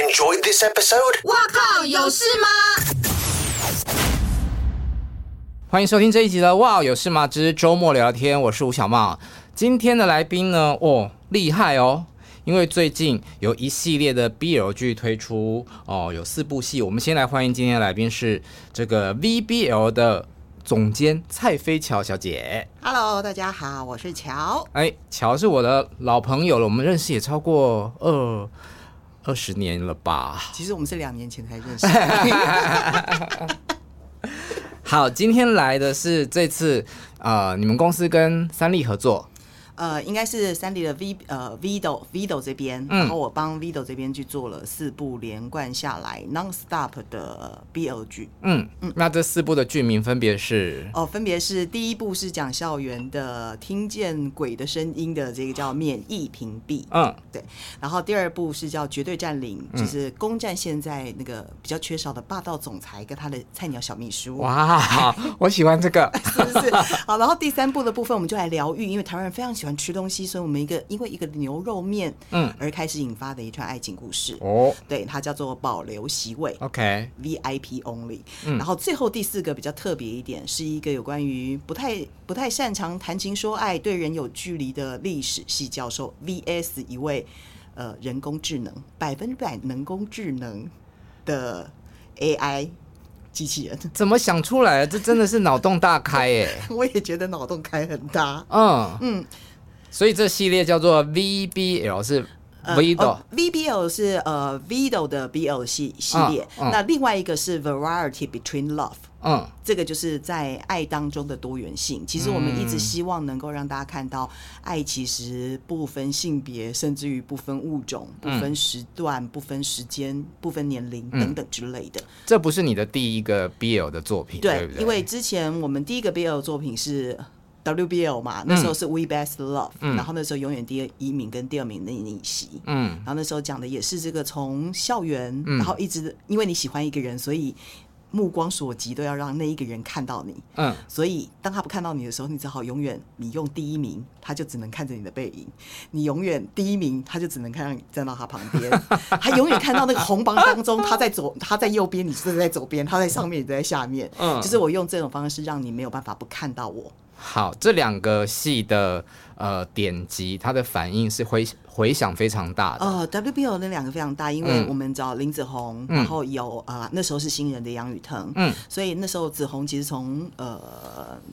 enjoyed this episode? 哇靠，有事吗？欢迎收听这一集的《哇有事吗之周末聊聊天》，我是吴小茂。今天的来宾呢，哦，厉害哦！因为最近有一系列的 BL 剧推出，哦，有四部戏。我们先来欢迎今天的来宾是这个 VBL 的总监蔡飞乔小姐。 Hello，大家好，我是乔。哎，乔是我的老朋友了，我们认识也超过二二十年了吧？其实我们是两年前才认识，好，今天来的是这次呃，你们公司跟三立合作，呃，应该是三 D 的 V 呃 Vido Vido 这边，然后我帮 Vido 这边去做了四部连贯下来 non stop 的 BL 剧。嗯，那这四部的剧名分别是哦，分别是第一部是讲校园的听见鬼的声音的这个叫免疫屏蔽，嗯对。然后第二部是叫绝对占领，就是攻占现在那个比较缺少的霸道总裁跟他的菜鸟小秘书。哇，我喜欢这个， 是不是？好，然后第三步的部分，我们就来疗愈，因为台湾人非常喜欢吃东西，所以我们一个因为一个牛肉面，嗯嗯，而开始引发的一串爱情故事。哦对，它叫做保留席位。 ，OK， VIP only，、然后最后第四个比较特别一点，是一个有关于不太不太擅长谈情说爱、对人有距离的历史系教授 VS 一位呃人工智能百分之百人工智能的 AI 机器人， 怎么想出来的？这真的是脑洞大开耶，我也觉得脑洞开很大。嗯嗯嗯，所以这系列叫做 VBL 是呃 Vido，、哦 VBL 是呃 Vido 的 BL 系系列，嗯嗯那另外一个是 Variety Between Love。嗯这个就是在爱当中的多元性。其实我们一嗯直希望能够让大家看到，爱其实不分性别，甚至于不分物种、不嗯分时段、不分时间、不分年龄等等之类的。这不是你的第一个 BL 的作品，对对不，对？因为之前我们第一个 BL 作品是 WBL 嘛，嗯那时候是 We Best Love，、然后那时候永远第一名跟第二名的逆袭，嗯嗯，然后那时候讲的也是这个从校园，然后一直因为你喜欢一个人，所以目光所及都要让那一个人看到你，嗯，所以当他不看到你的时候，你只好永远你用第一名，他就只能看着你的背影；你永远第一名，他就只能看站到他旁边。 他永远看到那个红榜当中，他在左，他在右边，你是在左边；他在上面，你在下面。嗯就是我用这种方式让你没有办法不看到我。好，这两个戏的呃点击，它的反应是回回响非常大的，呃，WBO 那两个非常大，因为嗯我们找林子宏，然后有呃那时候是新人的杨宇腾，嗯嗯，所以那时候子宏其实从呃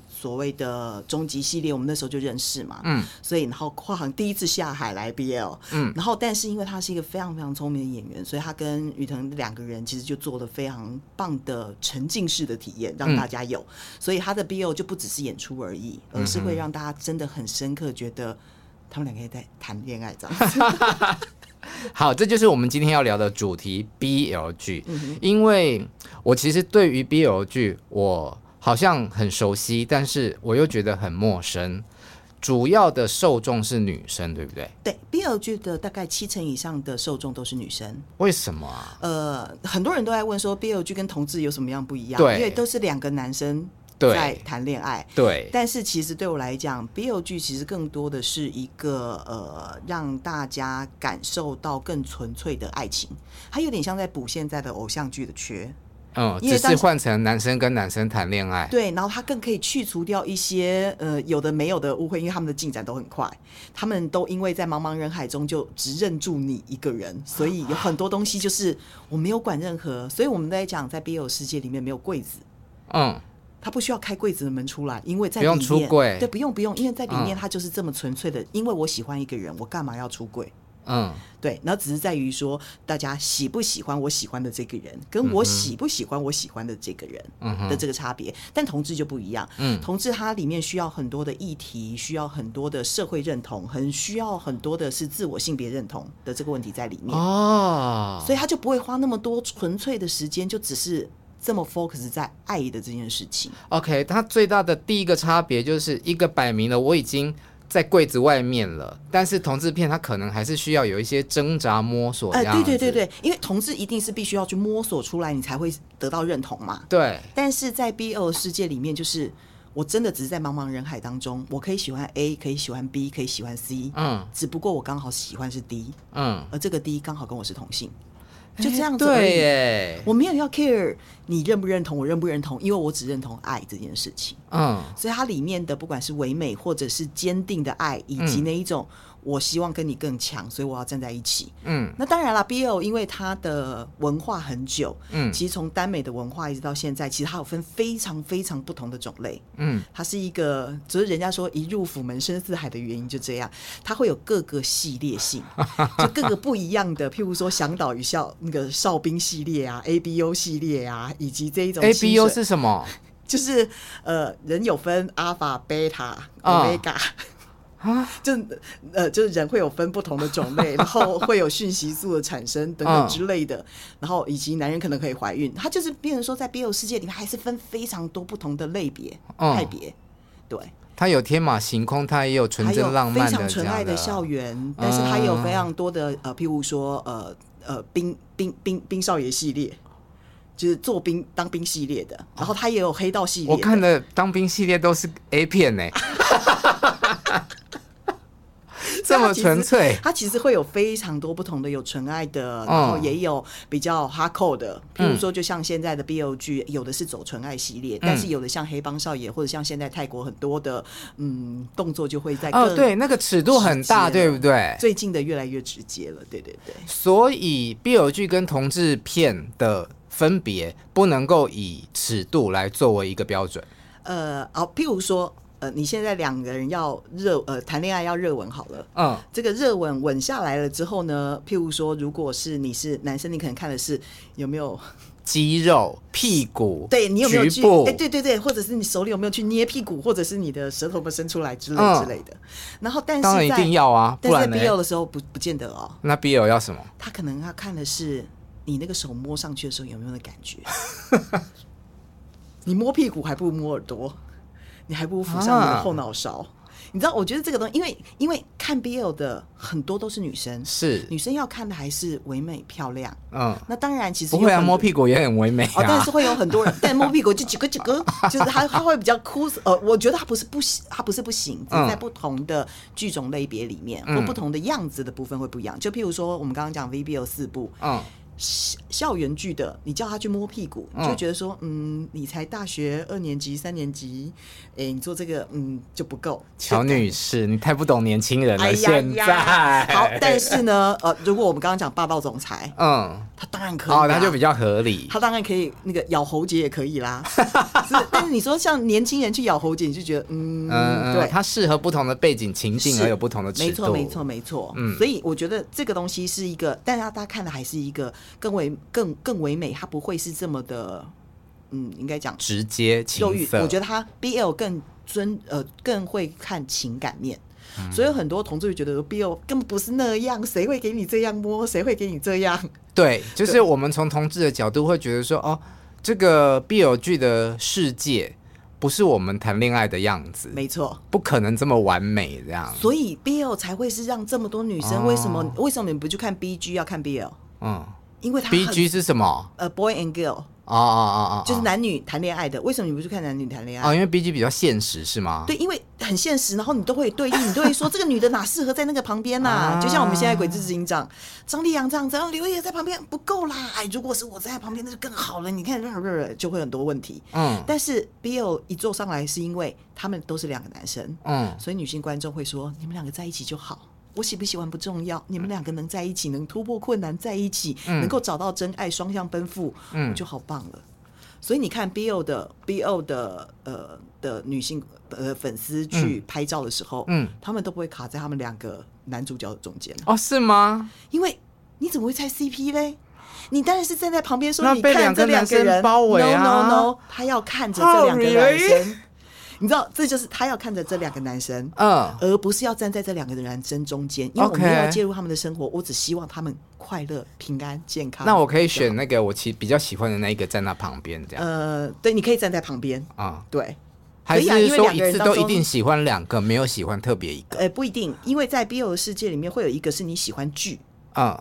所谓的终极系列，我们那时候就认识嘛，嗯嗯，所以然后跨行第一次下海来 BL，嗯，然后但是因为他是一个非常非常聪明的演员，所以他跟宇腾两个人其实就做了非常棒的沉浸式的体验，让大家有，所以他的 BL 就不只是演出而已，而是会让大家真的很深刻觉得。他们两个在谈恋爱，这样子好，这就是我们今天要聊的主题 BL 剧，嗯因为我其实对于 BL 剧我好像很熟悉，但是我又觉得很陌生。主要的受众是女生，对不对？对，BL 剧的大概七成以上的受众都是女生。为什么啊？呃，很多人都在问说，BL 剧跟同志有什么样不一样？对因为都是两个男生对在谈恋爱。对，但是其实对我来讲，BL 剧其实更多的是一个呃，让大家感受到更纯粹的爱情，它有点像在补现在的偶像剧的缺。嗯，因只为是当时换成男生跟男生谈恋爱。对，然后它更可以去除掉一些呃有的没有的误会，因为他们的进展都很快，他们都因为在茫茫人海中就只认住你一个人，所以有很多东西就是我没有管任何，所以我们在讲在 BL 世界里面没有柜子。嗯，他不需要开柜子的门出来，因为在不用里面出柜对，不用不用，因为在里面嗯他就是这么纯粹的。因为我喜欢一个人，我干嘛要出柜？嗯，对，然后只是在于说大家喜不喜欢我喜欢的这个人，跟嗯我喜不喜欢我喜欢的这个人的这个差别。但同志就不一样，嗯同志它里面需要很多的议题，需要很多的社会认同，很需要很多的是自我性别认同的这个问题在里面，哦，所以他就不会花那么多纯粹的时间，就只是这么 focus 在爱的这件事情。 OK，它最大的第一个差别就是一个摆明了我已经在柜子外面了，但是同志片它可能还是需要有一些挣扎摸索这哎、样对子。对对对，因为同志一定是必须要去摸索出来，你才会得到认同嘛。对，但是在 BL 世界里面，就是我真的只是在茫茫人海当中，我可以喜欢 A，可以喜欢 B，可以喜欢 C，嗯只不过我刚好喜欢是 D，嗯，而这个 D 刚好跟我是同性。就这样子而对已。耶，我没有要 care 你认不认同，我认不认同，因为我只认同爱这件事情。嗯所以它里面的不管是唯美或者是坚定的爱，以及嗯那一种、我希望跟你更强，所以我要站在一起。嗯那当然啦 b l 因为它的文化很久，嗯其实从耽美的文化一直到现在，其实它有分非常非常不同的种类。嗯它是一个，就是人家说一入府门深似海的原因就这样，它会有各个系 列性，就各个不一样的，譬如说响岛与校那个哨兵系列啊，A B U 系列啊，以及这一种，A 清 B U 水是什么就是呃人有分阿法、贝塔、啊欧米伽。啊？ 就呃，就是人会有分不同的种类，然后会有讯息素的产生等嗯等之类的，然后以及男人可能可以怀孕，他就是变成说在 BL 世界里面还是分非常多不同的类别、嗯派别，对，它有天马行空，它也有纯还有真浪非漫常的啊纯这样爱的校园，但是它也有非常多的呃，譬如说呃呃兵兵兵兵少爷系列，就是做兵当兵系列的，然后它也有黑道系列我的，看的当兵系列都是 A 片 呢、这么纯粹它其实会有非常多不同的，有纯爱的嗯，然后也有比较哈扣的，譬如说就像现在的 BL 剧，有的是走纯爱系列，但是嗯有的像黑帮少爷或者像现在泰国很多的，嗯，动作就会在哦，更对，那个尺度很大，直接对了不对？最近的越来越直接了，对对对。所以 BL 剧跟同志片的分别不能够以尺度来作为一个标准。呃，好，譬如说，呃，你现在两个人要热，呃，谈恋爱要热吻好了。嗯这个热吻吻下来了之后呢，譬如说，如果是你是男生，你可能看的是有没有肌肉、屁股，对你有没有局去部？哎，对对对，或者是你手里有没有去捏屁股，或者是你的舌头有没有伸出来之类嗯之类的。然后，但是当然在一定要啊，不但是然在呢？ BL 的时候不不见得哦，那 BL 要什么？他可能他看的是你那个手摸上去的时候有没有那感觉。 你摸屁股还不如摸耳朵，你还不如扶上你的后脑勺。你知道，我觉得这个东西，因为因为看 BL 的很多都是女生，是，女生要看的还是唯美漂亮。嗯，那当然，其实不会有啊，很摸多屁股也很唯美哦，但啊是。会有很 多人，但摸屁股就几个几个，就是他他会比较哭死。呃，我觉得他不是不行，他不是不行，只嗯是在不同的剧种类别里面、嗯或不同的样子的部分会不一样。就譬如说，我们刚刚讲 VBL 四部嗯，校校园剧的，你叫他去摸屁股，嗯你就觉得说，嗯，你才大学二年级、三年级，哎、你做这个，嗯，就不够。乔女士，你太不懂年轻人哎了，呀现呀，在好，但是呢，呃，如果我们刚刚讲霸道总裁，嗯，他当然可以、啊，哦，那就比较合理。他当然可以，那个咬喉结也可 以啦。是，但是你说像年轻人去咬喉结，你就觉得嗯，嗯，对，它适合不同的背景情境是而有不同的尺没度。错，没错，，没错。嗯所以我觉得这个东西是一个，但是大家看的还是一个更唯更更唯美，它不会是这么的，嗯，应该讲直接肉情欲。色。我觉得它 BL 更尊呃更会看情感面。嗯所以很多同志就觉得 BL 根本不是那样，谁会给你这样摸？谁会给你这样？对，就是我们从同志的角度会觉得说，哦，这个 BL 剧的世界不是我们谈恋爱的样子，没错，不可能这么完美这样。所以 BL 才会是让这么多女生哦为什么、为什么你不去看 BG 要看 BL？嗯因为它很，B G 是什么？呃 boy and girl 哦哦哦哦，就是男女谈恋爱的，为什么你不去看男女谈恋爱？哦，因为 B G 比较现实是吗？对，因为很现实，然后你都会对立，你都会说这个女的哪适合在那个旁边呐、啊就像我们现在鬼子警长张丽阳这样子，然哦后刘烨在旁边不够啦，哎，如果是我在旁边那就更好了。你看，就会很多问题。嗯但是 BL 一坐上来，是因为他们都是两个男生，嗯，所以女性观众会说：“你们两个在一起就好，我喜不喜欢不重嗯要，你们两个能在一起，能突破困难，在一起、能够找到真爱，双向奔赴，嗯我就好棒了。”所以你看 BO 的 BO 的呃的女性呃粉丝去拍照的时候，嗯他们都不会卡在他们两个男主角的中间，哦，是吗？因为你怎么会猜 CP 嘞？你当然是站在旁边说，那你被两看个这两男生人包围啊 No No No，他要看着这两个 Oh, 男 really？生，你知道，这就是他要看着这两个男生，嗯，而不是要站在这两个男生中间，因为我 OK 们没有介入他们的生活，我只希望他们快乐、平安、健康。那我可以选那个我其比较喜欢的那一个站那旁边这样呃，对，你可以站在旁边，啊、对，还可以啊是因为说两一个人次当都一中定喜欢两个，没有喜欢特别一个？呃，不一定，因为在 BL 的世界里面会有一个是你喜欢剧，嗯，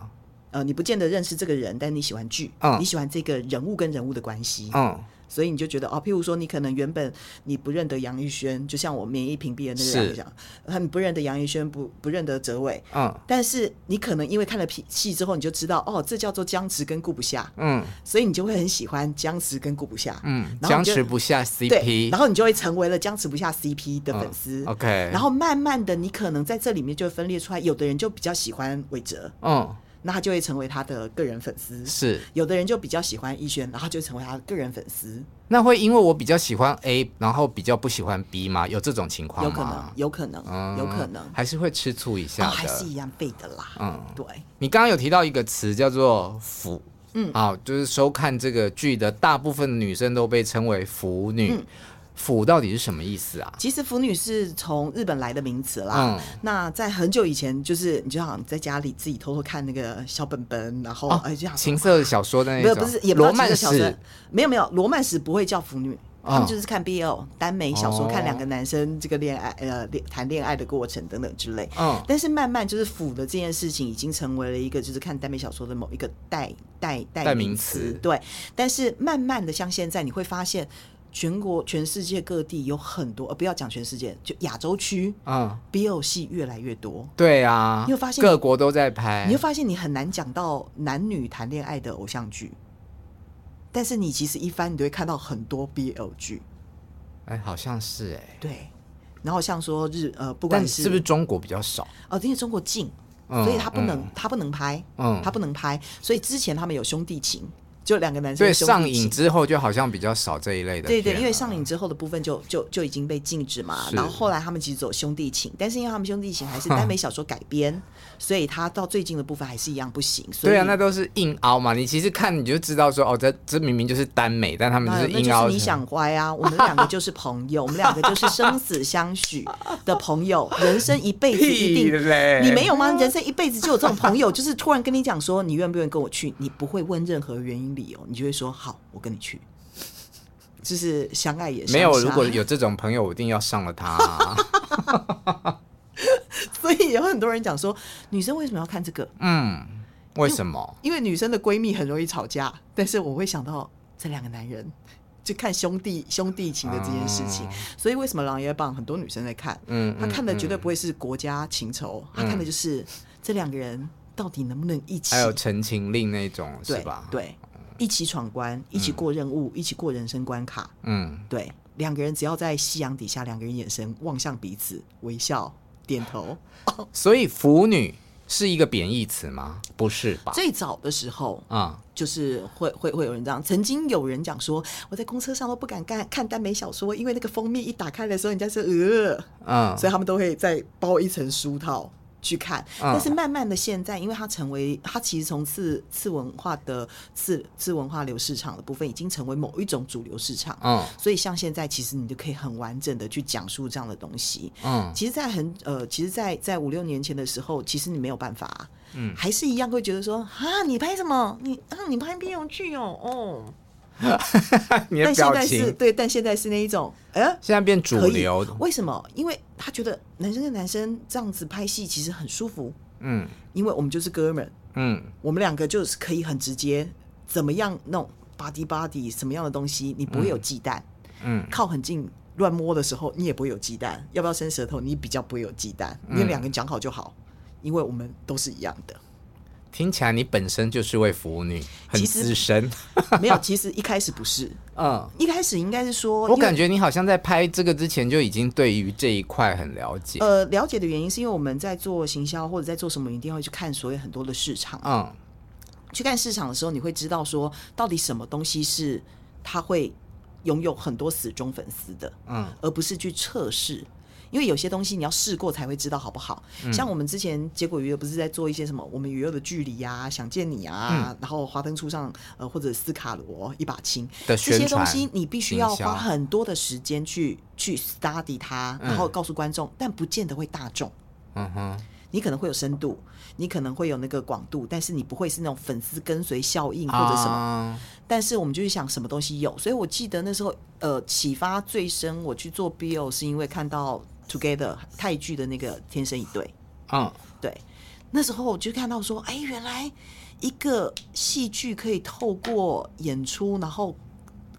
呃，你不见得认识这个人，但你喜欢剧，嗯你喜欢这个人物跟人物的关系，嗯，所以你就觉得哦，譬如说，你可能原本你不认得杨玉轩，就像我免疫屏蔽的那个是人讲，他们不认得杨玉轩，不不认得哲伟，嗯，但是你可能因为看了戏戏之后，你就知道哦，这叫做僵持跟顾不下，嗯，所以你就会很喜欢僵持跟顾不下，嗯，然后僵你就持不下对， CP，然后你就会成为了僵持不下 CP 的粉嗯丝。OK，然后慢慢的，你可能在这里面就会分裂出来，有的人就比较喜欢韦哲，嗯，那他就会成为他的个人粉丝；是，有的人就比较喜欢逸轩，然后他就成为他的个人粉丝。那会因为我比较喜欢 A，然后比较不喜欢 B 吗？有这种情况有吗？可能，有可能，啊嗯有可能，还是会吃醋一哦，下还的。是一样背的啦。嗯对，你刚刚有提到一个词叫做“腐”，嗯，啊，就是收看这个剧的大部分女生都被称为腐女。嗯腐到底是什么意思啊？其实腐女是从日本来的名词啦。嗯，那在很久以前，就是你就好像在家里自己偷偷看那个小本本，然后哦哎，就想情色小说的那没有种，不是也不罗知道几曼个小时史，没有没有罗曼史不会叫腐女。哦他们就是看 BL 耽美小说，哦看两个男生这个恋爱，呃，恋谈恋爱的过程等等之类。嗯但是慢慢就是腐的这件事情已经成为了一个就是看耽美小说的某一个代代代代名名词词，对。但是慢慢的像现在，你会发现全国全世界各地有很多，呃，不要讲全世界，就亚洲区嗯， BL 戏越来越多。对啊，你有发现各国都在拍，你会发现你很难讲到男女谈恋爱的偶像剧，但是你其实一翻，你都会看到很多 BL 剧，哎，好像是哎，对。然后像说日呃，不管但是是不是中国比较少？哦，因为中国禁，嗯所以他不能、嗯他不能拍，嗯他不能拍，所以之前他们有兄弟情，就两个男生对，有兄弟上瘾情之后就好像比较少这一类的对片了，啊对，因为上瘾之后的部分就就就已经被禁止嘛，是然后后来他们其实走兄弟情，但是因为他们兄弟情还是嗯耽美小说改编，所以他到最近的部分还是一样不行。所以对啊，那都是硬凹嘛。你其实看你就知道说，哦，这这明明就是耽美，但他们那嗯就是那就硬凹是成。你想歪啊！我们两个就是朋友，我们两个就是生死相许的朋友，人生一辈子 一屁定。嘞！你没有吗？人生一辈子就有这种朋友，就是突然跟你讲说你愿不愿意跟我去，你不会问任何原因理由，你就会说好，我跟你去。就是相爱也相 没有？杀如果，有这种朋友，我一定要上了他、 所以有很多人讲说女生为什么要看这个？嗯，为什么？因为女生的闺蜜很容易吵架，但是我会想到这两个男人，就看兄弟兄弟情的这件事情。哦所以为什么《琅琊榜》很多女生在看？嗯，她看的嗯绝对嗯不会是国家情仇，她看的就是这两个人到底能不能一起还，有《陈情令》那种是对吧？，对，一起闯关，一起过任务，一起过人生关卡。嗯，对，两个人只要在夕阳底下，两个人眼神望向彼此，微笑。点头。所以腐女是一个贬义词吗？不是吧？最早的时候，啊、就是会会会有人这样。曾经有人讲说，我在公车上都不敢看看耽美小说，因为那个封面一打开的时候，人家是呃，嗯，所以他们都会再包一层书套去看。嗯但是慢慢的，现在因为它成为它其实从次次文化的次次文化流市场的部分，已经成为某一种主流市场。嗯所以像现在，其实你就可以很完整的去讲述这样的东西。嗯，其实，在很呃，其实在，在五六年前的时候，其实你没有办法、嗯，还是一样会觉得说啊，你拍什么？你啊，你拍 BL 剧哦，哦。 你的但现表在是情对，但现在是那一种，哎、现在变主可以流，为什么？因为他觉得男生跟男生这样子拍戏其实很舒服，嗯因为我们就是哥们，嗯我们两个就是可以很直接，怎么样弄 body body 什么样的东西，你不会有忌惮。嗯，靠很近乱摸的时候，你也不会有忌惮；要不要伸舌头，你比较不会有忌惮。因为两个人讲好就好，因为我们都是一样 的。听起来你本身就是位腐女，很其实资深，没有，其实一开始不是，嗯。一开始应该是说，我感觉觉你好像在拍这个之前就已经对于这一块很了解。呃，了解的原因是因为我们在做行销或者在做什么，一定会去看所有很多的市场。嗯去看市场的时候，你会知道说，到底什么东西是它会拥有很多死忠粉丝的。嗯而不是去测试。因为有些东西你要试过才会知道好不好。嗯像我们之前结果娱乐不是在做一些什么我们娱乐的距离啊、想见你啊，嗯然后华灯初上，呃，或者斯卡罗一把青的这些宣传东西，你必须要营销花很多的时间去去 study 它，然后告诉观众，但不见得会大众。嗯哼，你可能会有深度，你可能会有那个广度，但是你不会是那种粉丝跟随效嗯应或者什么。么？但是我们就去想什么东西有，所以我记得那时候，呃，启发最深我去做 BO 是因为看到 Together 泰剧的那个《天生一对》，嗯对，那时候我就看到说，哎，原来一个戏剧可以透过演出，然后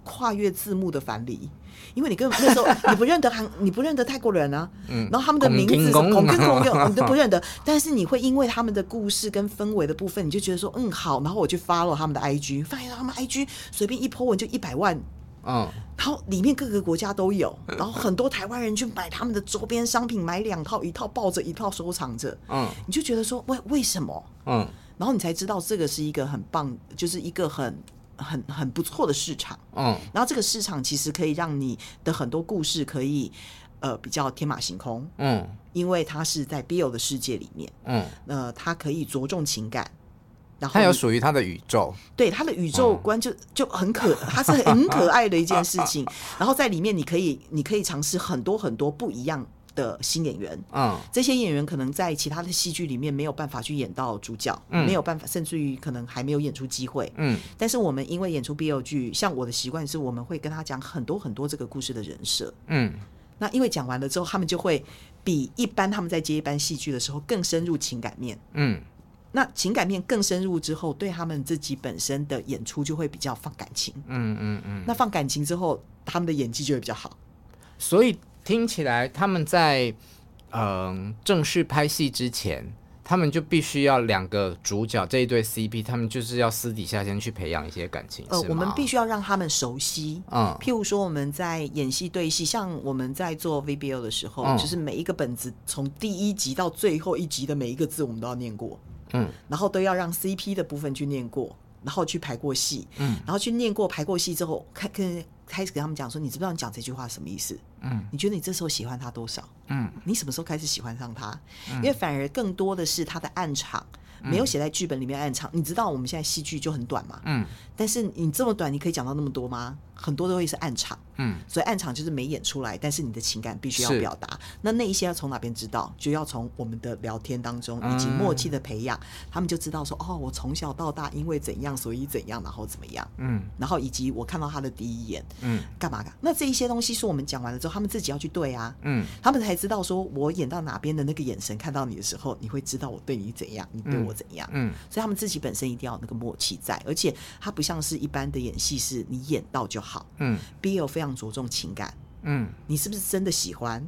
跨越字幕的樊篱。因为你根本 那时候你不认得韩，你不认得泰国人啊，然后他们的名字是嗯孔孔丁公啊跟孔 佑你都不认得，但是你会因为他们的故事跟氛围的部分，你就觉得说嗯好，然后我去 follow 他们的 IG，发现他们 IG 随便一 po 文就一百万嗯，然后里面各个国家都有，然后很多台湾人去买他们的周边商品，买两套，一套抱着，一套收藏着。嗯，你就觉得说，为为什么？嗯，然后你才知道这个是一个很棒，就是一个很很很不错的市场。嗯，然后这个市场其实可以让你的很多故事可以呃比较天马行空，嗯，因为它是在 BL 的世界里面，嗯，呃，它可以着重情感。然后它有你属于它的宇宙，对他的宇宙观就就很可，它是很可爱的一件事情。然后在里面，你可以你可以尝试很多很多不一样的新演员。嗯这些演员可能在其他的戏剧里面没有办法去演到主角，没有办法，甚至于可能还没有演出机会。嗯但是我们因为演出 BL 剧，像我的习惯是，我们会跟他讲很多很多这个故事的人设。嗯那因为讲完了之后，他们就会比一般他们在接一般戏剧的时候更深入情感面。嗯那情感面更深入之后，对他们自己本身的演出就会比较放感情。嗯嗯嗯，那放感情之后，他们的演技就会比较好。所以听起来他们在嗯、正式拍戏之前。他们就必须要两个主角这一对 CP，他们就是要私底下先去培养一些感情，呃是，吗我们必须要让他们熟悉。嗯譬如说，我们在演戏对戏，像我们在做 VBO 的时候，嗯就是每一个本子从第一集到最后一集的每一个字，我们都要念过，嗯，然后都要让 CP 的部分去念过，然后去排过戏，嗯，然后去念过排过戏之后，开跟开始跟他们讲说，你知不知道你讲这句话什么意思？嗯，你觉得你这时候喜欢他多少？嗯，你什么时候开始喜欢上他？因为反而更多的是他的暗场。没有写在剧本里面暗场，你知道我们现在戏剧就很短嘛，嗯但是你这么短，你可以讲到那么多吗？很多都会是暗场，嗯，所以暗场就是没演出来，但是你的情感必须要是表达。那那一些要从哪边知道？就要从我们的聊天当中以及默契的培养，他们就知道说，哦，我从小到大因为怎样，所以怎样，然后怎么样，嗯然后以及我看到他的第一眼嗯干嘛干。那这一些东西是我们讲完了之后，他们自己要去对啊，嗯他们才知道说我演到哪边的那个眼神看到你的时候，你会知道我对你怎样，你对我怎嗯样。所以他们自己本身一定要有那个默契在，而且它不像是一般的演戏，是你演到就好。嗯 BL 非常着重情感，嗯你是不是真的喜欢？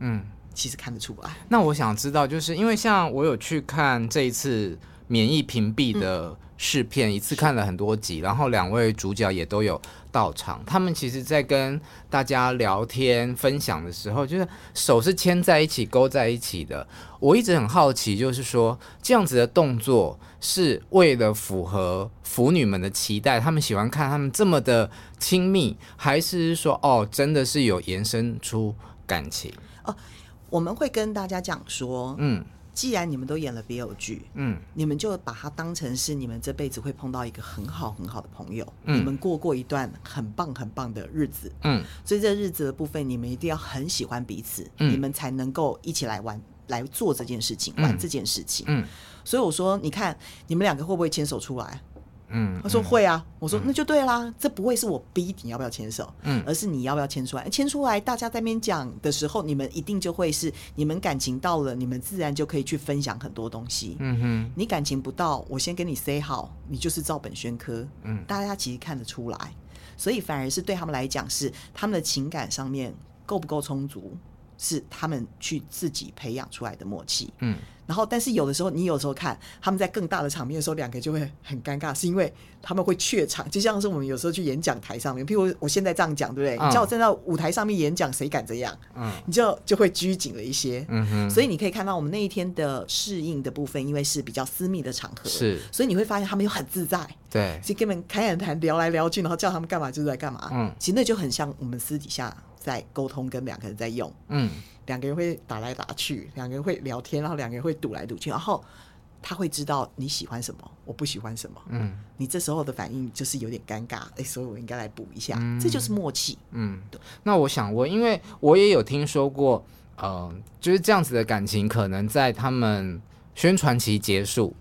嗯。其实看得出来。那我想知道，就是因为像我有去看这一次免疫屏蔽的试片，一次看了很多集，然后两位主角也都有到场。他们其实，在跟大家聊天分享的时候，就是手是牵在一起、勾在一起的。我一直很好奇，就是说这样子的动作是为了符合腐女们的期待，他们喜欢看他们这么的亲密，还是说哦，真的是有延伸出感情？我们会跟大家讲说，嗯既然你们都演了 BL 剧，嗯你们就把它当成是你们这辈子会碰到一个很好很好的朋友，你们过过一段很棒很棒的日子。嗯。所以这日子的部分，你们一定要很喜欢彼此，嗯你们才能够一起来玩。来做这件事情，嗯玩这件事情。嗯所以我说，你看你们两个会不会牵手出来？嗯他说会啊。我说那就对啦，这不会是我逼你要不要牵手，嗯而是你要不要牵出来。牵出来，大家在那边讲的时候，你们一定就会是你们感情到了，你们自然就可以去分享很多东西。嗯哼，你感情不到，我先跟你 say 好，你就是照本宣科。嗯大家其实看得出来，所以反而是对他们来讲是他们的情感上面够不够充足，是他们去自己培养出来的默契。嗯，然后但是有的时候你有时候看他们在更大的场面的时候，两个就会很尴尬，是因为他们会怯场，就像是我们有时候去演讲台上面，譬如我现在这样讲，对不对？嗯你叫我站到舞台上面演讲，谁敢这样？嗯，你就就会拘谨了一些。嗯哼，所以你可以看到我们那一天的适应的部分，因为是比较私密的场合，是所以你会发现他们又很自在，对，所以根本开眼谈聊来聊去，然后叫他们干嘛就是在干嘛。嗯其实那就很像我们私底下在沟通，跟两个人在用，嗯两个人会打来打去，两个人会聊天，然后两个人会赌来赌去，然后他会知道你喜欢什么，我不喜欢什么。嗯你这时候的反应就是有点尴尬，哎、所以我应该来补一下，这就是默契。嗯。那我想问，因为我也有听说过，嗯、就是这样子的感情，可能在他们宣传期结束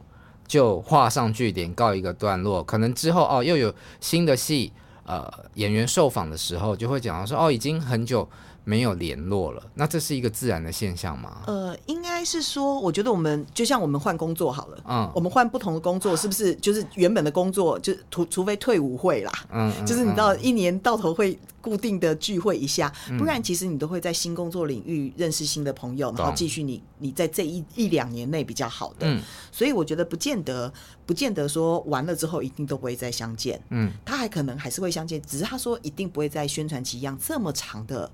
就画上句点，告一个段落。可能之后哦，又有新的戏，呃，演员受访的时候就会讲到说，哦，已经很久没有联络了，那这是一个自然的现象吗？呃，应该是说，我觉得我们就像我们换工作好了，嗯我们换不同的工作，是不是就是原本的工作，就除除非退伍会啦，嗯，嗯就是嗯你知道一年到头会固定的聚会一下，不然其实你都会在新工作领域认识新的朋友，然后懂继续你你在这一一两年内比较好的嗯，所以我觉得不见得不见得说完了之后一定都不会再相见，嗯，他还可能还是会相见，只是他说一定不会在宣传期一样这么长的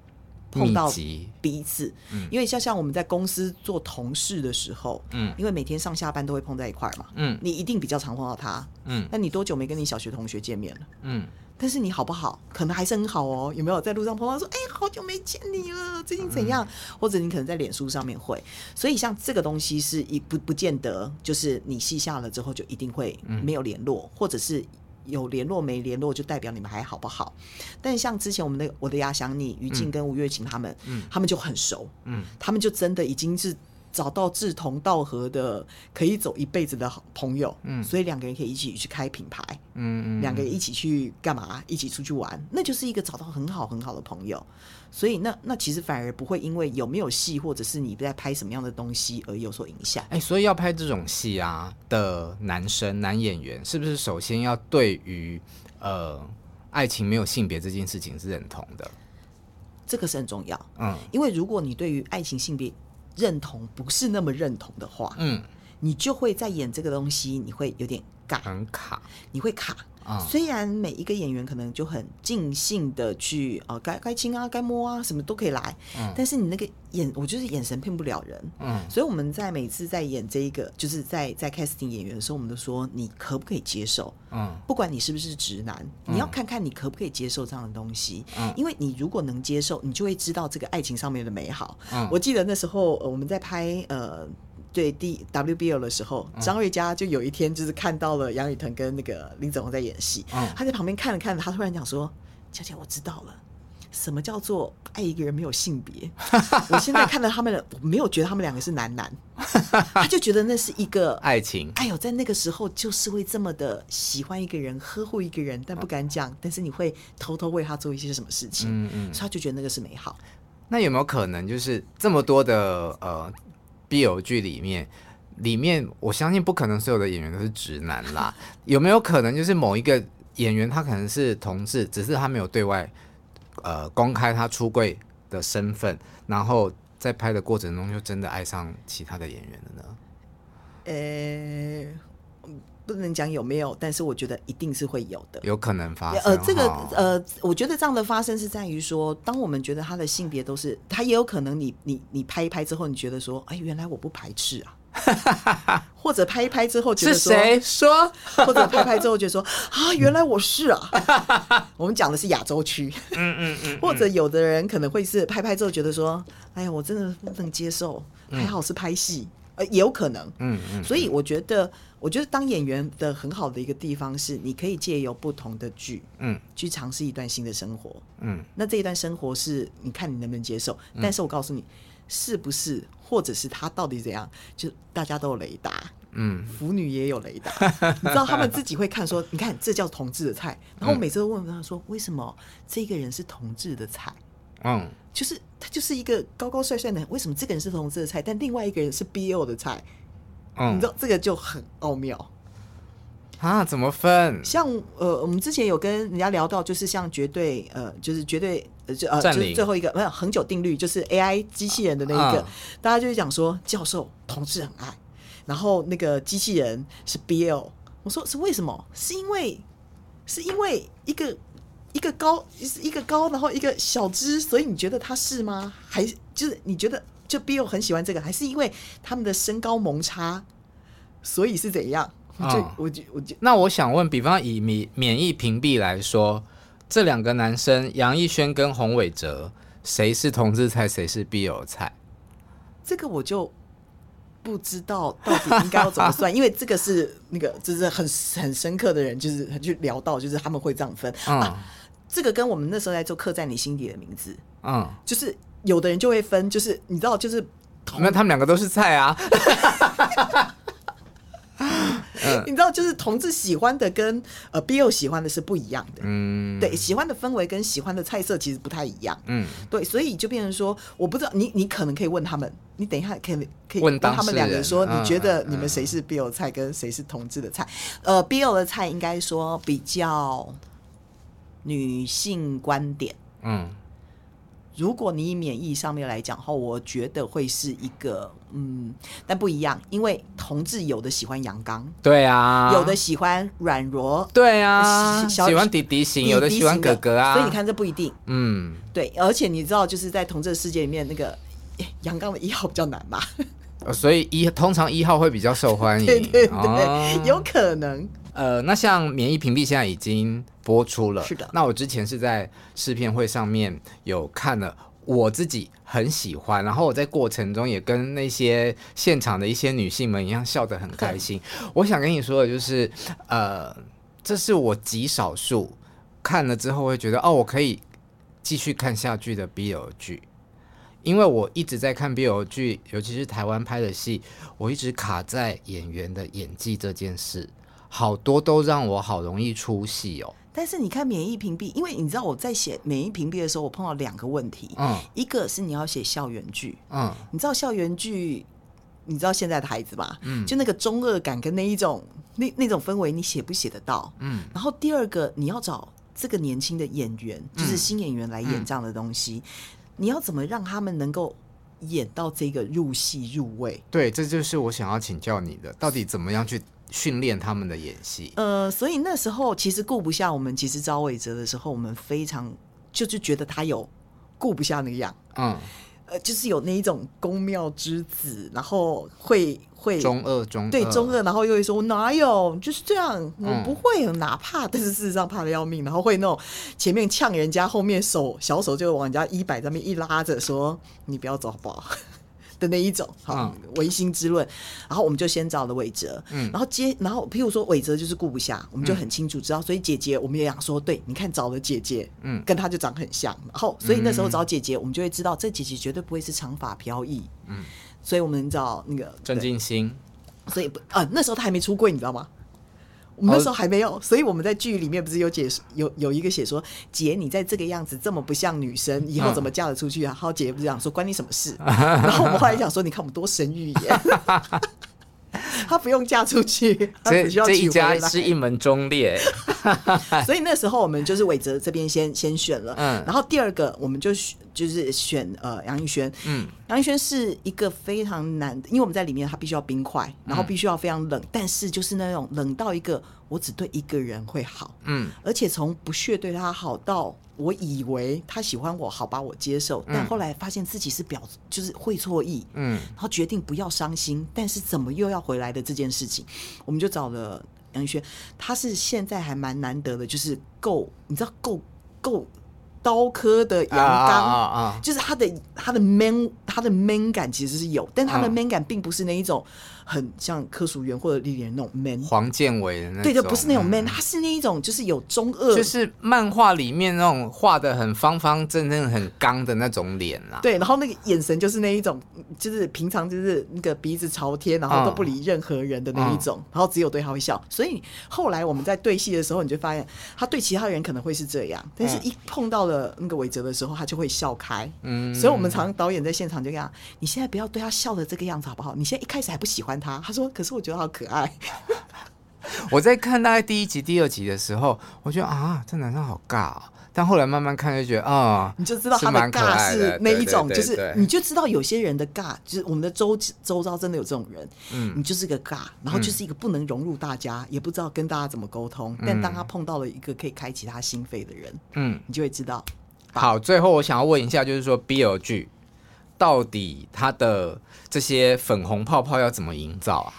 碰到密集彼此，因为像像我们在公司做同事的时候，嗯因为每天上下班都会碰在一块儿嘛，嗯你一定比较常碰到他，嗯那你多久没跟你小学同学见面了？嗯，但是你好不好，可能还是很好哦。有没有在路上碰到说，哎、好久没见你了，最近怎样？或者你可能在脸书上面会，所以像这个东西是一不不见得就是你细下了之后就一定会没有联络，或者是有联络没联络就代表你们还好不好。但像之前我们的我的牙想你、于静跟吴月琴他们，他们就很熟，嗯他们就真的已经是。找到志同道合的可以走一辈子的好朋友，嗯所以两个人可以一起去开品牌，嗯嗯，两个人一起去干嘛？一起出去玩，那就是一个找到很好很好的朋友。所以那那其实反而不会因为有没有戏，或者是你在拍什么样的东西而有所影响。哎、所以要拍这种戏啊的男生男演员，是不是首先要对于呃爱情没有性别这件事情是认同的？这个是很重要，嗯因为如果你对于爱情性别认同不是那么认同的话，嗯，你就会在演这个东西，你会有点尬，很卡你会卡。嗯啊。虽然每一个演员可能就很尽兴的去呃该该亲啊、该摸啊，什么都可以来，但是你那个眼，我就是眼神骗不了人。嗯所以我们在每次在演这一个，就是在在 casting 演员的时候，我们都说你可不可以接受？嗯不管你是不是直男，你要看看你可不可以接受这样的东西，嗯因为你如果能接受，你就会知道这个爱情上面的美好。嗯我记得那时候、呃我们在拍呃。对 D WBL 的时候，嗯张瑞佳就有一天就是看到了杨雨腾跟那个林子宏在演戏，嗯他在旁边看了看了，他突然讲说：“佳佳，我知道了，什么叫做爱一个人没有 性别？我现在看到他们了，我没有觉得他们两个是男男，他就觉得那是 一个爱情哎呦，在那个时候就是会这么的喜欢一个人，呵护一个人，但不敢讲，但是你会偷偷为他做一些什么事情，嗯嗯，所以他就觉得那个是美好。那有没有可能就是这么多的呃 BL 剧里面，里面我相信不可能所有的演员都是直男啦， 有没有可能就是某一个演员他可能是同志，只是他没有对外呃公开他出柜的身份，然后在拍的过程中就真的爱上其他的演员了呢？呃、嗯不能讲有没有，但是我觉得一定是会有的。有可能发生呃，这个哈呃，我觉得这样的发生是在于说，当我们觉得他的性别都是，他也有可能你你你拍一拍之后，你觉得说，哎，原来我不排斥啊， 或者拍一拍之后是觉得说，谁说？或者拍拍之后觉得说啊，原来我是啊。 我们讲的是亚洲区，嗯嗯嗯， 或者有的人可能会是拍拍之后觉得说，哎呀，我真的不能接受，还好是拍戏，呃，也有可能。嗯嗯，所以我觉得，我觉得当演员的很好的一个地方是，你可以借由不同的剧，嗯，去尝试一段新的生活。嗯，那这一段生活是你看你能不能接受，但是我告诉你，是不是，或者是他到底怎样，就大家都有雷达。嗯，腐女也有雷达，你知道他们自己会看说，你看这叫同志的菜。嗯然后我每次都问他说，为什么这个人是同志的菜？嗯，就是他就是一个高高帅帅的，为什么这个人是同志的菜，但另外一个人是 BL 的菜？嗯，你知道这个就很奥妙。啊？怎么分？像呃，我们之前有跟人家聊到，就是像绝对呃，就是绝对呃，就呃，占就领是最后一个没有恒久定律，就是 AI 机器人的那一个，啊大家就会讲说，教授同志很爱，然后那个机器人是 BL，我说是为什么？是因为是因为一个一个高是一个高，然后一个小只，所以你觉得他是吗？还是就是你觉得就 BL 很喜欢这个，还是因为他们的身高蒙差，所以是怎样？我就、啊我就我就那我想问，比方以免免疫屏蔽来说，这两个男生杨逸轩跟洪伟哲，谁是同志菜，谁是 BL 菜？这个我就不知道到底应该要怎 么算，因为这个是那个就是很很深刻的人，就是很去聊到，就是他们会这样分。嗯这个跟我们那时候在做刻在你心底的名字，嗯，就是有的人就会分，就是你嗯知道，就是 那他们两个都是菜啊。你知道，就是同志喜欢的跟呃 BL 喜欢的是不一样的。嗯，对，喜欢的氛围跟喜欢的菜色其实不太一样。嗯，对，所以就变成说，我不知道你，你可能可以问他们，你等一下可以可以问当他们事两个人说，嗯你觉得嗯你们谁是 BL 菜跟谁是同志的菜？呃，BL 的菜应该说比较女性观点。嗯如果你以免疫上面来讲的话，我觉得会是一个嗯，但不一样，因为同志有的喜欢阳刚，对啊，有的喜欢软柔，对啊，小喜欢弟弟型，有的弟弟喜欢型的哥哥啊，所以你，看这不一定。嗯，对，而且你知道，就是在同志的世界里面，那个 诶阳刚的一号比较难吧？呃所以一通常一号会比较受欢迎， 对对对，哦有可能。呃，那像《免疫屏蔽》现在已经播出了，是的那我之前是在试片会上面有看了。我自己很喜欢，然后我在过程中也跟那些现场的一些女性们一样笑得很开心。我想跟你说的就是，呃，这是我极少数看了之后会觉得哦，我可以继续看下去的 BL 剧，因为我一直在看 BL 剧，尤其是台湾拍的戏，我一直卡在演员的演技这件事，好多都让我好容易出戏哦。但是你看免疫屏蔽，因为你知道我在写免疫屏蔽的时候，我碰到两个问题，嗯一个是你要写校园剧，嗯，你知道校园剧，你知道现在的孩子吧？嗯，就那个中二感跟那一种那那种氛围，你写不写得到？嗯，然后第二个，你要找这个年轻的演员，就是新演员来演这样的东西，你要怎么让他们能够演到这个入戏入味？对，这就是我想要请教你的，到底怎么样去训练他们的演戏？呃，所以那时候其实顾不下我们，其实招伟哲的时候，我们非常就是觉得他有顾不下那个样。嗯，呃，就是有那一种宫庙之子，然后会会中二中二对中二，然后又会说我哪有就是这样，我嗯不会，哪怕，但是事实上怕的要命，然后会那种前面呛人家，后面手小手就往人家衣摆上面一拉着，说你不要走好不好？ 的那一种，好唯心之论，然后我们就先找了伟哲，嗯然后接，然后譬如说伟哲就是顾不下，我们就很清楚知道，所以姐姐我们也想说，对，你看找了姐姐，嗯跟她就长很像，然后所以那时候找姐姐，我们就会知道这姐姐绝对不会是长发飘逸，嗯，所以我们找那个郑敬心，所以不啊，那时候他还没出柜，你知道吗？哦我们那时候还没有，所以我们在剧里面不是有解有有一个写说，姐你在这个样子这么不像女生，以后怎么嫁得出去啊？然后姐不是讲说关你什 么事？然后我们后来想说，你看我们多神预言， 她不用嫁出去，她这只需要这一娶回家来。是一门忠烈，所以那时候我们就是伟哲这边先先选了，哎嗯然后第二个我们就选就是选呃杨逸轩，嗯，杨逸轩是一个非常难的，因为我们在里面他必须要冰块，然嗯后必须要非常冷，但是就是那种冷到一个我只对一个人会好，嗯而且从不屑对他好到我以为他喜欢我好把我接受，但后来发现自己是表就是会错意，嗯然后决定不要伤心，但是怎么又要回来的这件事情，我们就找了杨宇轩，他是现在还蛮难得的，就是够，你知道够够刀科的阳啊啊刚。啊啊，就是他的他的 man 他的 man 感其实是有，但他的嗯 man 感并不是那一种很像科属员或者丽莲那种 man，黄建伟的那对对，不是那种嗯 man，他是那一种就是有中二，就是漫画里面那种画的很方方正正、很刚的那种脸啊啦。对，然后那个眼神就是那一种，就是平常就是那个鼻子朝天，然后都不理任何人的那一种，嗯然后只有对他会笑。所以后来我们在对戏的时候，你就发现他对其他人可能会是这样，但是嗯一碰到了那个韦哲的时候，他就会笑开。嗯，所以我们常导演在现场就跟他：“你现在不要对他笑的这个样子好不好？你现在一开始还不喜欢他。”他说：“可是我觉得他好可爱。 我在看大概第一集、第二集的时候，我觉得啊，这男生好尬、哦。但后来慢慢看就觉得啊，”你就知道他是蛮可尬爱的是那一种，对对对就是嗯对你就知道有些人的尬，就是我们的周周遭真的有这种人，嗯你就是个尬，然后就是一个不能融入大家，也不知道跟大家怎么沟通。但当他碰到了一个可以开启他心扉的人，嗯，你就会知道，好。最后我想要问一下，就是说 BL 剧到底它的这些粉红泡泡要怎么营造啊？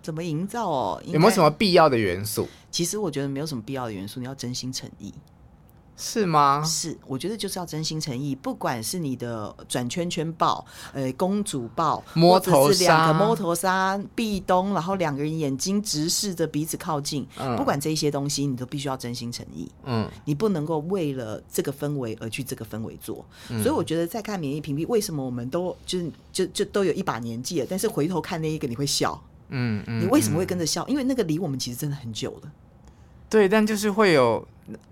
怎么营造哦。应该有没有什么？必要的元素？其实我觉得没有什么必要的元素，你要真心诚意。是吗？是，我觉得就是要真心诚意，不管是你的转圈圈抱、呃公主抱，摸或者头是两杀个摸头杀、壁咚，然后两个人眼睛直视着彼此靠近，嗯不管这一些东西，你都必须要真心诚意。嗯你不能够为了这个氛围而去这个氛围做，嗯所以我觉得在看免疫屏蔽，为什么我们都就是就就都有一把年纪了，但是回头看那一个你会笑，嗯嗯，你为什么会跟着笑？因为那个离我们其实真的很久了，对，但就是会有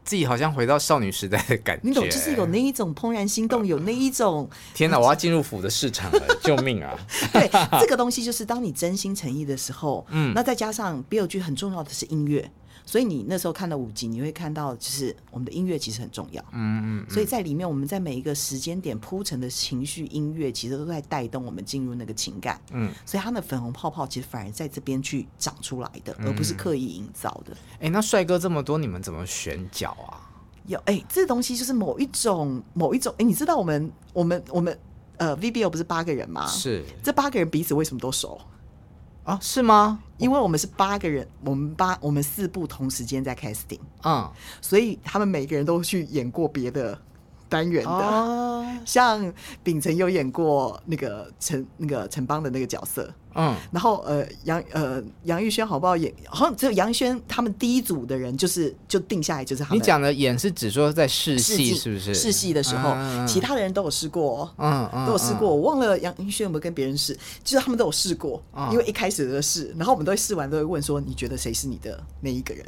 自己好像回到少女时代的感觉。你懂，就是有那一种怦然心动，有那一种天哪，我要进入腐的市场了，救命 啊！ 对这个东西，就是当你真心诚意的时候，嗯，那再加上 BL g 很重要的是音乐，所以你那时候看到五集，你会看到就是我们的音乐其实很重要，嗯嗯，所以在里面我们在每一个时间点铺陈的情绪音乐，其实都在带动我们进入那个情感，嗯，所以它的粉红泡泡其实反而在这边去长出来的，嗯而不是刻意营造的。哎、那帅哥这么多，你们怎么选角啊？有哎、这东西就是某一种某一种哎、你知道我们我们我们呃 VBO 不是八个人吗？是这八个人彼此为什么都熟？啊，是吗？因为我们是八个人，我们八我们四部同时间在 casting，嗯，所以他们每个人都去演过别的单元的。哦，像秉承有演过那个陈那个陈邦的那个角色，嗯，然后呃杨呃杨玉轩好不好演？好像只有杨轩他们第一组的人就是就定下来就是他们。你讲的演是指说在试试戏镜是不是？试戏的时候，嗯其他的人都有试过、哦。嗯嗯都有试过，嗯我忘了杨云轩有没有跟别人试，就是他们都有试过，嗯因为一开始的试，然后我们都会试完都会问说，你觉得谁是你的那一个人？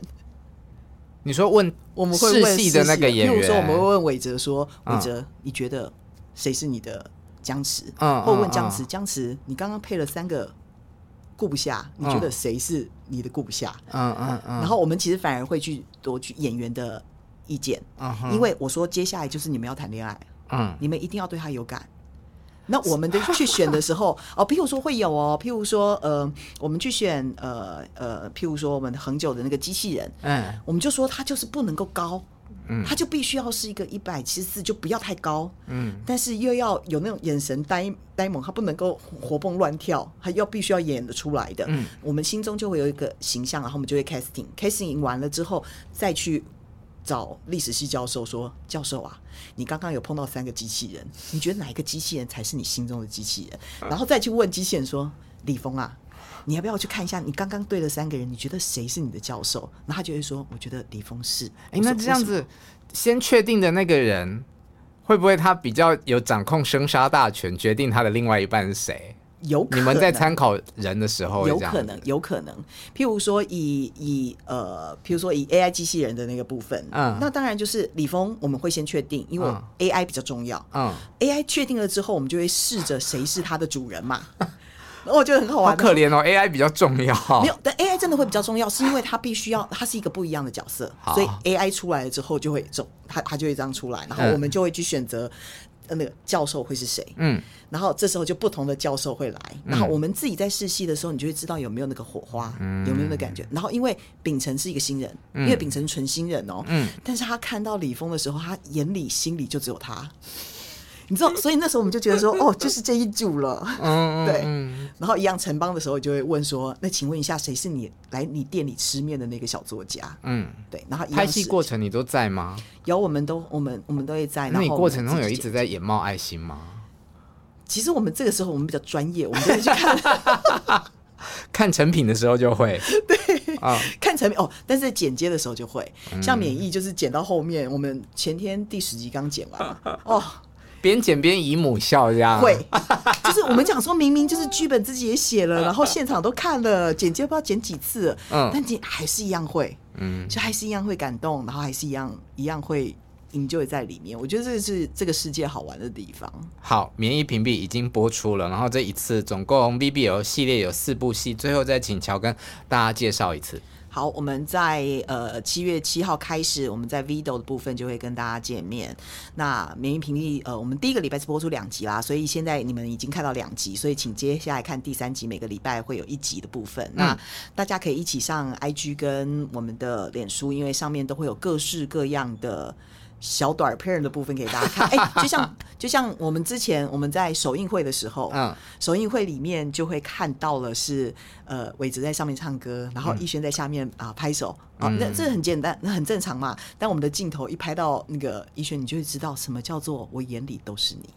你说问我们会问试戏的那个演员，比如说我们会问韦哲说，嗯韦哲，你觉得谁是你的僵持？嗯或问嗯僵持，嗯僵持，你刚刚配了三个顾不下，你嗯觉得谁是你的顾不下？嗯嗯嗯，然后我们其实反而会去夺取演员的意见，嗯哼因为我说接下来就是你们要谈恋爱，嗯你们一定要对他有感。那我们的去选的时候， 哦，譬如说会有哦，譬如说，呃，我们去选，呃呃，譬如说我们很久的那个机器人，嗯我们就说他就是不能够高，嗯他就必须要是一个一百七十四，就不要太高，嗯但是又要有那种眼神呆呆萌，他不能够活蹦乱跳，他要必须要演得出来的。嗯，我们心中就会有一个形象，然后我们就会 casting，casting 完了之后再去。找历史系教授说：“教授啊，你刚刚有碰到三个机器人，你觉得哪一个机器人才是你心中的机器人？”啊然后再去问机器人说：“李峰啊，你要不要去看一下？你刚刚对了三个人，你觉得谁是你的教授？”然后他就会说：“我觉得李峰是。”哎，我说那这样，为什么子，先确定的那个人，会不会他比较有掌控生杀大权，决定他的另外一半是谁？有可你们在能参考人的时候会有这样可子能，有可能。譬如说以以呃，譬如说以 AI 机器人的那个部分，嗯那当然就是李峰，我们会先确定，因为嗯 AI 比较重要。嗯， AI 确定了之后，我们就会试着谁是它的主人嘛。 然后我觉得很好好玩，可怜哦，AI 比较重要。没有，但 AI 真的会比较重要，是因为它必须要，它是一个不一样的角色，好所以 AI 出来了之后就会走，它它就会这样出来，然后嗯我们就会去选择。呃那个教授会是谁？嗯，然后这时候就不同的教授会来，然后我们自己在试戏的时候，你就会知道有没有那个火花，嗯有没有那个感觉。然后因为秉承是一个新人，因为秉承纯新人哦，嗯但是他看到李峰的时候，他眼里心里就只有他，你知道，所以那时候我们就觉得说，哦，就是这一组了，嗯，嗯对嗯然后一样城邦的时候，就会问说：“那请问一下，谁是你来你店里吃面的那个小作家嗯，？”对，然后一样拍戏是过程你都在吗？有我们都我们我们都会在。那你然后过程我中们有自己一剪直在眼冒爱心吗？其实我们这个时候我们比较专业，我们就会去看 看成品的时候就会，对啊，看成品哦，但是在剪接的时候就会，像免疫就是剪到后面，我们前天第十集刚剪完嘛，哦，边剪边姨母笑这样。会，就是我们讲说明明就是剧本自己也写了，然后现场都看了，剪接不知道剪几次了，嗯但你还是一样会，嗯，就还是一样会感动，然后还是一样一样会 enjoy 在里面。我觉得这是这个世界好玩的地方。好，免疫屏蔽已经播出了，然后这一次总共 VBL 系列有四部戏，最后再请乔跟大家介绍一次。好，我们在呃七月七号开始，我们在 Vido 的部分就会跟大家见面。那免疫屏蔽，呃，我们第一个礼拜是播出两集啦，所以现在你们已经看到两集，所以请接下来看第三集，每个礼拜会有一集的部分。那大家可以一起上 IG 跟我们的脸书，因为上面都会有各式各样的。小短片的部分给大家看，哎、就像就像我们之前我们在首映会的时候，嗯，首映会里面就会看到了是呃伟哲在上面唱歌，然后逸轩在下面啊、拍手啊，那这很简单，那很正常嘛。但我们的镜头一拍到那个逸轩，你就会知道什么叫做我眼里都是你，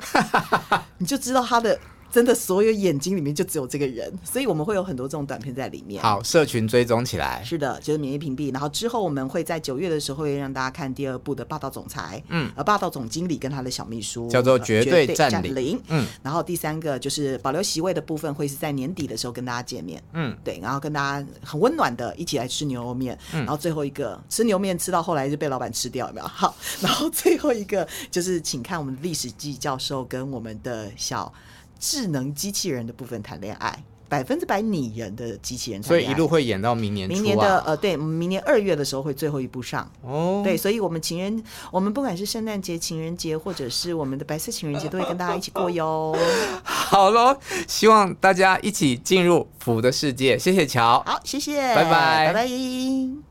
你就知道他的真的所有眼睛里面就只有这个人，所以我们会有很多这种短片在里面。好，社群追踪起来。是的，就是免疫屏蔽。然后之后我们会在九月的时候会让大家看第二部的霸道总裁，嗯，呃，霸道总经理跟他的小秘书叫做呃绝绝对对占占领领，嗯嗯。然后第三个就是保留席位的部分会是在年底的时候跟大家见面，嗯嗯，对，然后跟大家很温暖的一起来吃牛肉面，嗯然后最后一个吃牛肉面吃到后来就被老板吃掉，有没有？ 好，然后最后一个就是请看我们的历史系教授跟我们的小智能机器人的部分谈恋爱。百分之百拟人的机器人谈所恋以爱，一路会演到明年初啊。明年的呃，对，明年二月的时候会最后一部上。哦，对，所以，我们情人，我们不管是圣诞节、情人节，或者是我们的白色情人节，都会跟大家一起过哟。好喽，希望大家一起进入福的世界。谢谢乔，好，谢谢，拜拜拜拜。